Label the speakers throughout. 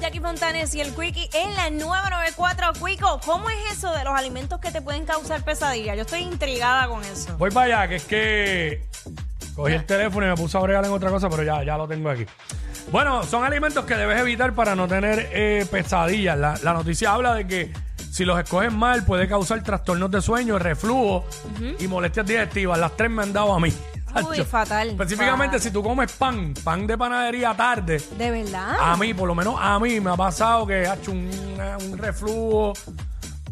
Speaker 1: Jackie Fontanes y el Quickie en la 994. Quico, ¿cómo es eso de los alimentos que te pueden causar pesadilla? Yo estoy intrigada con eso.
Speaker 2: Voy para allá, que es que cogí el teléfono y me puse a bregar en otra cosa, pero ya, ya lo tengo aquí. Bueno, son alimentos que debes evitar para no tener eh, pesadillas. La, la noticia habla de que si los escoges mal puede causar trastornos de sueño, reflujo y molestias digestivas. Las tres me han dado a mí.
Speaker 1: Uy,
Speaker 2: Tacho.
Speaker 1: fatal,
Speaker 2: Específicamente
Speaker 1: fatal.
Speaker 2: si tú comes pan, pan de panadería tarde,
Speaker 1: ¿De verdad?
Speaker 2: a mí, por lo menos a mí, me ha pasado que ha hecho un, una- un reflujo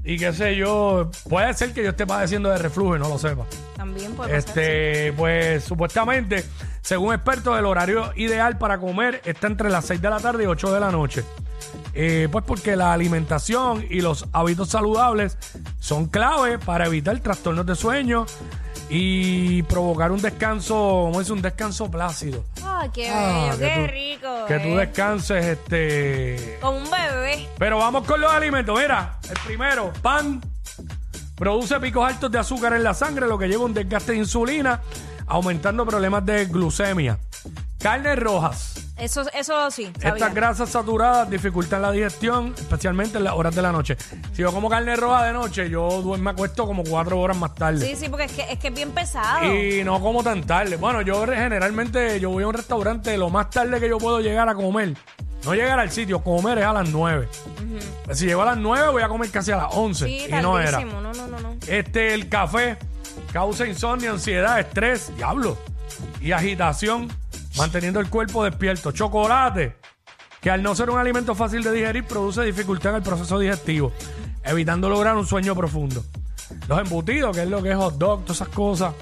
Speaker 2: y qué sé yo. Puede ser que yo esté padeciendo de reflujo y no lo sepa.
Speaker 1: También puede pasar.
Speaker 2: Este, pues supuestamente, según expertos, el horario ideal para comer está entre las 6 de la tarde y 8 de la noche. Eh, pues porque la alimentación y los hábitos saludables son clave para evitar trastornos de sueño y provocar un descanso, como dice, un descanso plácido.
Speaker 1: Ah, qué
Speaker 2: Ah,
Speaker 1: bello, qué
Speaker 2: tú-
Speaker 1: rico.
Speaker 2: Que tú
Speaker 1: eh.
Speaker 2: descanses, este.
Speaker 1: Como un bebé.
Speaker 2: Pero vamos con los alimentos. Mira, el primero, pan. Produce picos altos de azúcar en la sangre, lo que lleva a un desgaste de insulina, aumentando problemas de glucemia. Carnes rojas.
Speaker 1: Eso, eso sí. sabía.
Speaker 2: Estas grasas saturadas dificultan la digestión, especialmente en las horas de la noche. Si yo como carne roja de noche, yo duermo, me acuesto como cuatro horas más tarde.
Speaker 1: Sí, sí, porque es que es, que es bien pesado.
Speaker 2: Y no como tan tarde. Bueno, yo re- generalmente yo voy a un restaurante lo más tarde que yo puedo llegar a comer. No llegar al sitio, comer es a las 9. Si llego a las 9 voy a comer casi a las 11.
Speaker 1: sí,
Speaker 2: y no era.
Speaker 1: tardísimo. No, no, no, no.
Speaker 2: Este, el café causa insomnio, ansiedad, estrés, diablo, y agitación, manteniendo el cuerpo despierto. Chocolate, que al no ser un alimento fácil de digerir, produce dificultad en el proceso digestivo, evitando lograr un sueño profundo. Los embutidos, que es lo que es hot dog, todas esas cosas.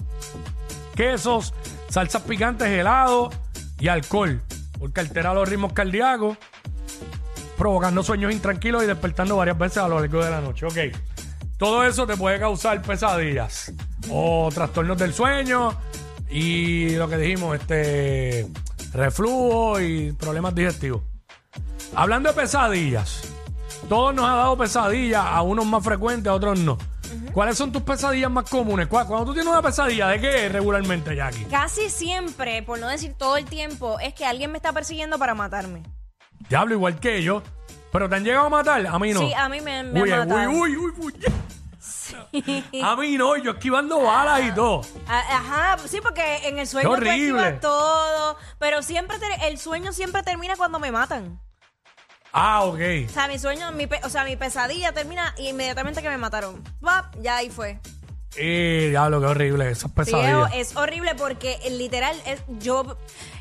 Speaker 2: Quesos, salsas picantes, helado y alcohol, porque altera los ritmos cardíacos provocando sueños intranquilos y despertando varias veces a lo largo de la noche. Ok. Todo eso te puede causar pesadillas o trastornos del sueño y lo que dijimos, este reflujo y problemas digestivos. Hablando de pesadillas, todos nos ha dado pesadillas, a unos más frecuentes, a otros no. ¿Cuáles son tus pesadillas más comunes? ¿Cuál- Cuando tú tienes una pesadilla, ¿de qué es regularmente, Jackie?
Speaker 1: Casi siempre, por no decir todo el tiempo, es que alguien me está persiguiendo para matarme.
Speaker 2: Diablo, igual que yo. Pero te han llegado a matar, a mí no.
Speaker 1: Sí, a mí me, me
Speaker 2: uy,
Speaker 1: han matado.
Speaker 2: uy, uy, uy, uy. A mí no, yo esquivando balas y todo.
Speaker 1: A- Ajá, sí, porque en el sueño
Speaker 2: Qué
Speaker 1: tú
Speaker 2: horrible.
Speaker 1: esquivas todo, pero siempre te- el sueño siempre termina cuando me matan.
Speaker 2: Ah,
Speaker 1: O
Speaker 2: ok.
Speaker 1: sea, mi sueño, mi pe- o sea, mi pesadilla termina inmediatamente que me mataron. ¡Pap! Ya ahí fue.
Speaker 2: Eh, diablo, qué horrible esas
Speaker 1: Sí,
Speaker 2: pesadillas.
Speaker 1: es horrible porque eh, literal, es- yo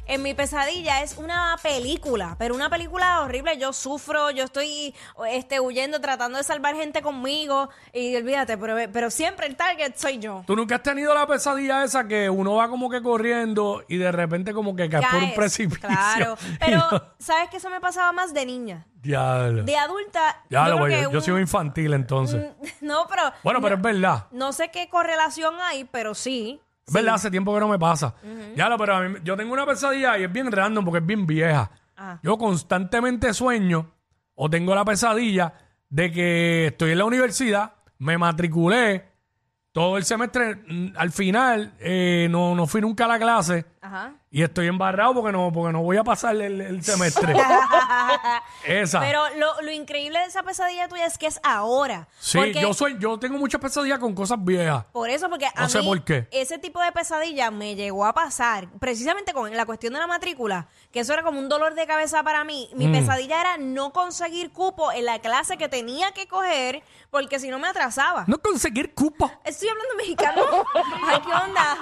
Speaker 1: en mi pesadilla es una película, pero una película horrible. Yo sufro, yo estoy este, huyendo, tratando de salvar gente conmigo. Y olvídate, pero, pero siempre el target soy yo.
Speaker 2: ¿Tú nunca has tenido la pesadilla esa que uno va como que corriendo y de repente como que caes por un
Speaker 1: Caes,
Speaker 2: precipicio?
Speaker 1: Claro,
Speaker 2: Y
Speaker 1: pero
Speaker 2: no-
Speaker 1: ¿sabes que Eso me pasaba más de niña.
Speaker 2: Diablo.
Speaker 1: De adulta.
Speaker 2: Diablo,
Speaker 1: creo
Speaker 2: güey,
Speaker 1: que Mm,
Speaker 2: yo,
Speaker 1: un-
Speaker 2: soy infantil entonces.
Speaker 1: No, pero.
Speaker 2: bueno, pero es verdad.
Speaker 1: No sé qué correlación hay, pero sí.
Speaker 2: Es verdad, hace tiempo que no me pasa. Diablo, pero a mí- yo tengo una pesadilla y es bien random porque es bien vieja.
Speaker 1: Ah.
Speaker 2: Yo constantemente sueño o tengo la pesadilla de que estoy en la universidad, me matriculé todo el semestre, mm, al final eh, no, no fui nunca a la clase
Speaker 1: Ajá.
Speaker 2: y estoy embarrado porque no, porque no voy a pasar el, el semestre. Esa.
Speaker 1: Pero lo, lo increíble de esa pesadilla tuya es que es ahora.
Speaker 2: sí,
Speaker 1: Porque-
Speaker 2: yo, soy, yo tengo muchas pesadillas con cosas viejas.
Speaker 1: Por eso, porque a
Speaker 2: No sé
Speaker 1: mí
Speaker 2: por qué.
Speaker 1: ese tipo de pesadilla me llegó a pasar, precisamente con la cuestión de la matrícula, que eso era como un dolor de cabeza para mí.
Speaker 2: Mm.
Speaker 1: Mi pesadilla era no conseguir cupo en la clase que tenía que coger, porque si no me atrasaba.
Speaker 2: No conseguir cupo.
Speaker 1: Estoy hablando mexicano. Ay, ¿qué onda?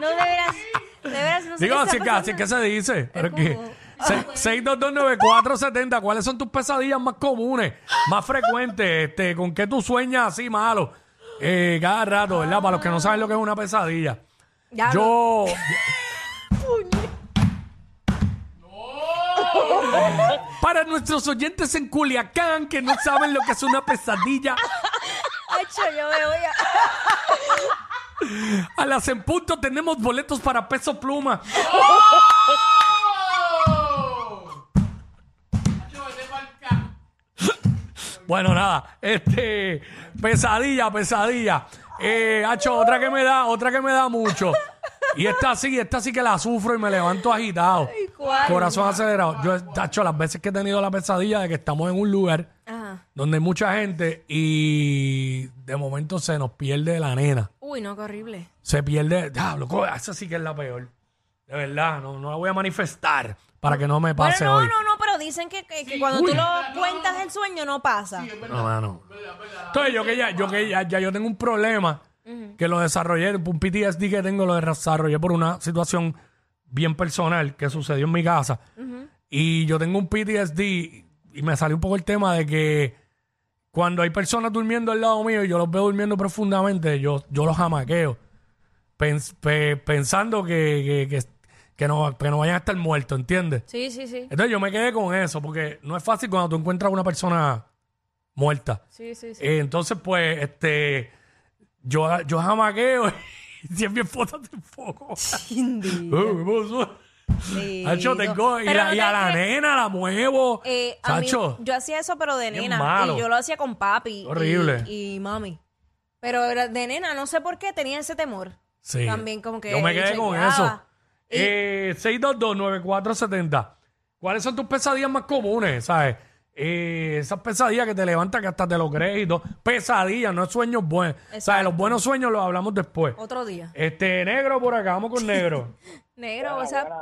Speaker 1: No, de veras. De veras, no sé
Speaker 2: Digo,
Speaker 1: qué está
Speaker 2: así que, así
Speaker 1: pasando.
Speaker 2: que se dice. Pero es
Speaker 1: como- ah,
Speaker 2: que, se- 6229470, ¿cuáles son tus pesadillas más comunes, más frecuentes? Este, ¿Con qué tú sueñas así malo? Eh, cada rato, ¿verdad? Para los que no saben lo que es una pesadilla.
Speaker 1: Ya lo-
Speaker 2: Yo. Para nuestros oyentes en Culiacán que no saben lo que es una pesadilla,
Speaker 1: Ay, cho, yo me voy a...
Speaker 2: a las en punto tenemos boletos para peso pluma. Bueno, nada, este, pesadilla, pesadilla. Eh, Hacho, otra que me da, otra que me da mucho. Y esta sí, esta sí que la sufro y me levanto agitado.
Speaker 1: ¿Cuál?
Speaker 2: Corazón acelerado. Yo, tacho, las veces que he tenido la pesadilla de que estamos en un lugar
Speaker 1: Ajá.
Speaker 2: donde hay mucha gente y de momento se nos pierde la nena.
Speaker 1: Uy, no, qué horrible.
Speaker 2: Se pierde. Diablo, co- esa sí que es la peor. De verdad, no, no la voy a manifestar para que no me pase
Speaker 1: bueno, no,
Speaker 2: hoy.
Speaker 1: no, no, pero dicen que, que- que cuando tú lo cuentas el sueño no pasa.
Speaker 2: No, mano. Entonces, yo que ya, yo que ya, ya yo tengo un problema que lo desarrollé, un PTSD que tengo, lo desarrollé por una situación bien personal que sucedió en mi casa. Y yo tengo un PTSD y me salió un poco el tema de que cuando hay personas durmiendo al lado mío y yo los veo durmiendo profundamente, yo, yo los jamaqueo, pens- pe- pensando que, que, que- que no, que no vayan a estar muertos, ¿entiendes?
Speaker 1: Sí, sí, sí.
Speaker 2: Entonces yo me quedé con eso, porque no es fácil cuando tú encuentras a una persona muerta.
Speaker 1: Sí, sí, sí.
Speaker 2: Eh, entonces, pues, este, yo, yo jamaqueo y siempre foto de foco. Eh, ¿qué pasó? Hacho, tengo- y,
Speaker 1: Pero
Speaker 2: la,
Speaker 1: no
Speaker 2: y a
Speaker 1: te
Speaker 2: la
Speaker 1: creas-
Speaker 2: nena la muevo.
Speaker 1: Eh, a mí-
Speaker 2: Sacho,
Speaker 1: yo hacía eso, pero de
Speaker 2: Bien
Speaker 1: nena.
Speaker 2: malo.
Speaker 1: Y yo lo hacía con papi. y-
Speaker 2: Horrible.
Speaker 1: Y, mami. Pero era de nena, no sé por qué tenía ese temor.
Speaker 2: sí.
Speaker 1: También como que.
Speaker 2: Yo me quedé con
Speaker 1: chequeaba.
Speaker 2: eso.
Speaker 1: Y-
Speaker 2: Eh, 6229470. ¿Cuáles son tus pesadillas más comunes, sabes? Eh, esas pesadillas que te levantan que hasta te lo crees y todo. Pesadillas, no sueños buenos. ¿Sabes?
Speaker 1: Exacto.
Speaker 2: Los buenos sueños los hablamos después.
Speaker 1: Otro día.
Speaker 2: Este, negro por acá, vamos con negro.
Speaker 1: Negro,
Speaker 3: Buena,
Speaker 1: o sea.
Speaker 3: buena.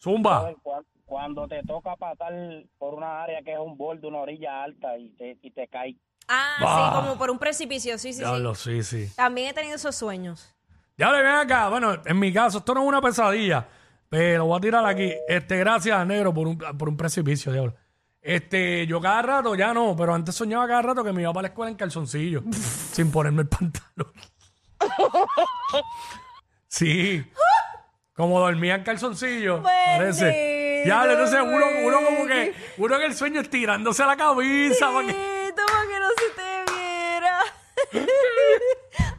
Speaker 2: Zumba.
Speaker 3: Ah,
Speaker 2: Ah.
Speaker 3: Joder, cuan- Cuando te toca pasar por una área que es un borde, una orilla alta y te, y te caes.
Speaker 1: Ah,
Speaker 2: Bah.
Speaker 1: sí, como por un precipicio. Sí, sí, sí.
Speaker 2: Diablo, sí, sí.
Speaker 1: También he tenido esos sueños.
Speaker 2: Diablo, ven acá. Bueno, en mi caso, esto no es una pesadilla. Pero voy a tirar aquí. Este, gracias, negro, por un, por un precipicio, diablo. Este, yo cada rato, ya no, pero antes soñaba cada rato que me iba para la escuela en calzoncillo, sin ponerme el pantalón. sí. Como dormía en calzoncillo, parece.
Speaker 1: Bendito,
Speaker 2: Diablo, entonces uno, uno como que, uno en el sueño estirándose la cabeza para que-
Speaker 1: Eh, Toma que no se te viera.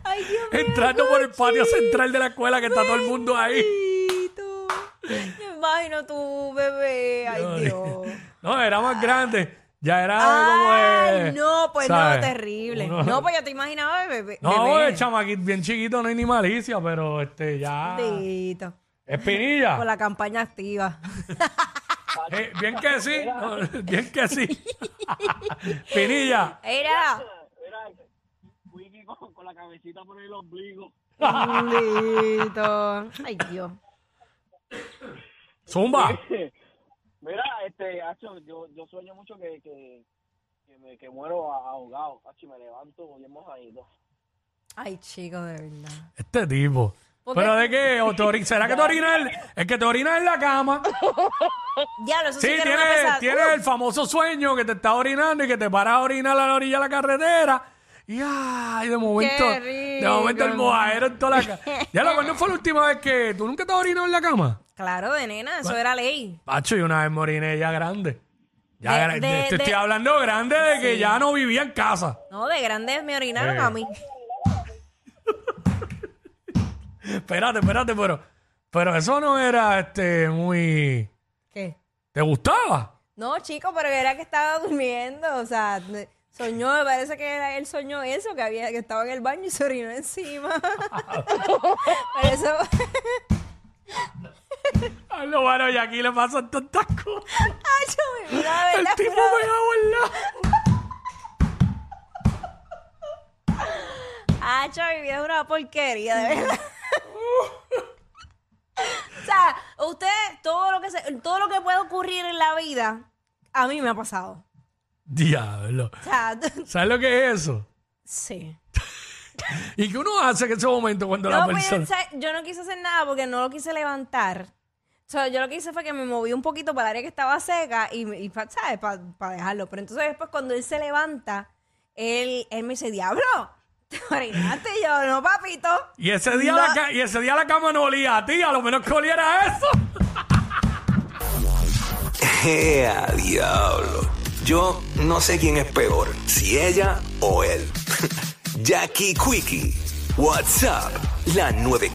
Speaker 1: Ay, Dios mío.
Speaker 2: Entrando por el patio
Speaker 1: Jochi.
Speaker 2: central de la escuela que está todo el mundo ahí.
Speaker 1: Bendito. Yo me imagino tu bebé. Ay, Dios.
Speaker 2: No, era más grande. Ya era como
Speaker 1: Ay,
Speaker 2: de-
Speaker 1: no, pues
Speaker 2: ¿sabes?
Speaker 1: no, terrible.
Speaker 2: Uno-
Speaker 1: No, pues yo te imaginaba bebé.
Speaker 2: No,
Speaker 1: bebé.
Speaker 2: el chamaquito bien chiquito no hay ni malicia, pero este ya.
Speaker 1: Bendito. Con
Speaker 2: Espinilla.
Speaker 1: la campaña activa.
Speaker 2: Eh, bien que sí. no, bien que sí. Espinilla.
Speaker 1: Era.
Speaker 3: Wiki con, la cabecita por el ombligo.
Speaker 1: Bendito. Ay, Dios.
Speaker 2: Zumba.
Speaker 3: Mira, este, Acho, yo, yo sueño mucho que, que, que, me, que muero a- ahogado. Acho, y me levanto bien mojadito.
Speaker 1: Ay, chico, de verdad.
Speaker 2: Este tipo.
Speaker 1: ¿Por
Speaker 2: Pero
Speaker 1: qué?
Speaker 2: de qué, O te ori- ¿será que te orinas? Es que te orinas en la cama.
Speaker 1: Diablo, eso sí,
Speaker 2: Sí,
Speaker 1: que era
Speaker 2: tienes,
Speaker 1: una pesada-
Speaker 2: tienes el famoso sueño que te está orinando y que te paras a orinar a la orilla de la carretera. Y ay, de momento,
Speaker 1: Qué
Speaker 2: de momento el
Speaker 1: rico.
Speaker 2: mojadero en toda la cama. ya lo ¿cuándo fue la última vez que tú nunca te has orinado en la cama?
Speaker 1: Claro, de nena, eso era ley.
Speaker 2: Pacho, yo una vez me oriné ya grande. Ya
Speaker 1: De-
Speaker 2: gra-
Speaker 1: de-
Speaker 2: te
Speaker 1: de-
Speaker 2: estoy hablando grande de que ya no vivía en casa.
Speaker 1: No, de grandes me orinaron
Speaker 2: Eh.
Speaker 1: a mí.
Speaker 2: Espérate, espérate, pero, pero eso no era este muy.
Speaker 1: ¿Qué?
Speaker 2: ¿Te gustaba?
Speaker 1: No, chico, pero era que estaba durmiendo, o sea, ne- soñó, me parece que era él soñó eso, que había que estaba en el baño y se orinó encima. pero eso
Speaker 2: Ay, lo bueno, y aquí le pasan tantas cosas.
Speaker 1: Ay, yo me- mira, de
Speaker 2: El
Speaker 1: verdad,
Speaker 2: tipo
Speaker 1: pero-
Speaker 2: me ha volado.
Speaker 1: Ah, chaval, mi vida es una porquería, de verdad. o sea, ustedes, todo lo que se, todo lo que puede ocurrir en la vida, a mí me ha pasado.
Speaker 2: Diablo.
Speaker 1: O sea,
Speaker 2: ¿Sabes lo que es eso?
Speaker 1: sí.
Speaker 2: ¿Y qué uno hace en ese momento cuando
Speaker 1: No,
Speaker 2: la
Speaker 1: pues,
Speaker 2: persona...
Speaker 1: ¿sabes? yo no quise hacer nada porque no lo quise levantar. O sea, yo lo que hice fue que me moví un poquito para el área que estaba seca y, me- y pa- ¿sabes? Para dejarlo. Pero entonces después cuando él se levanta, él, él me dice, diablo, te orinaste Y yo, no, papito.
Speaker 2: Y ese, día
Speaker 1: No.
Speaker 2: la ca- y ese día la cama no olía a ti, a lo menos que oliera a eso.
Speaker 4: ¡Ea, ¡Eh, diablo! Yo no sé quién es peor, si ella o él. Jackie Quickie, WhatsApp, la 9.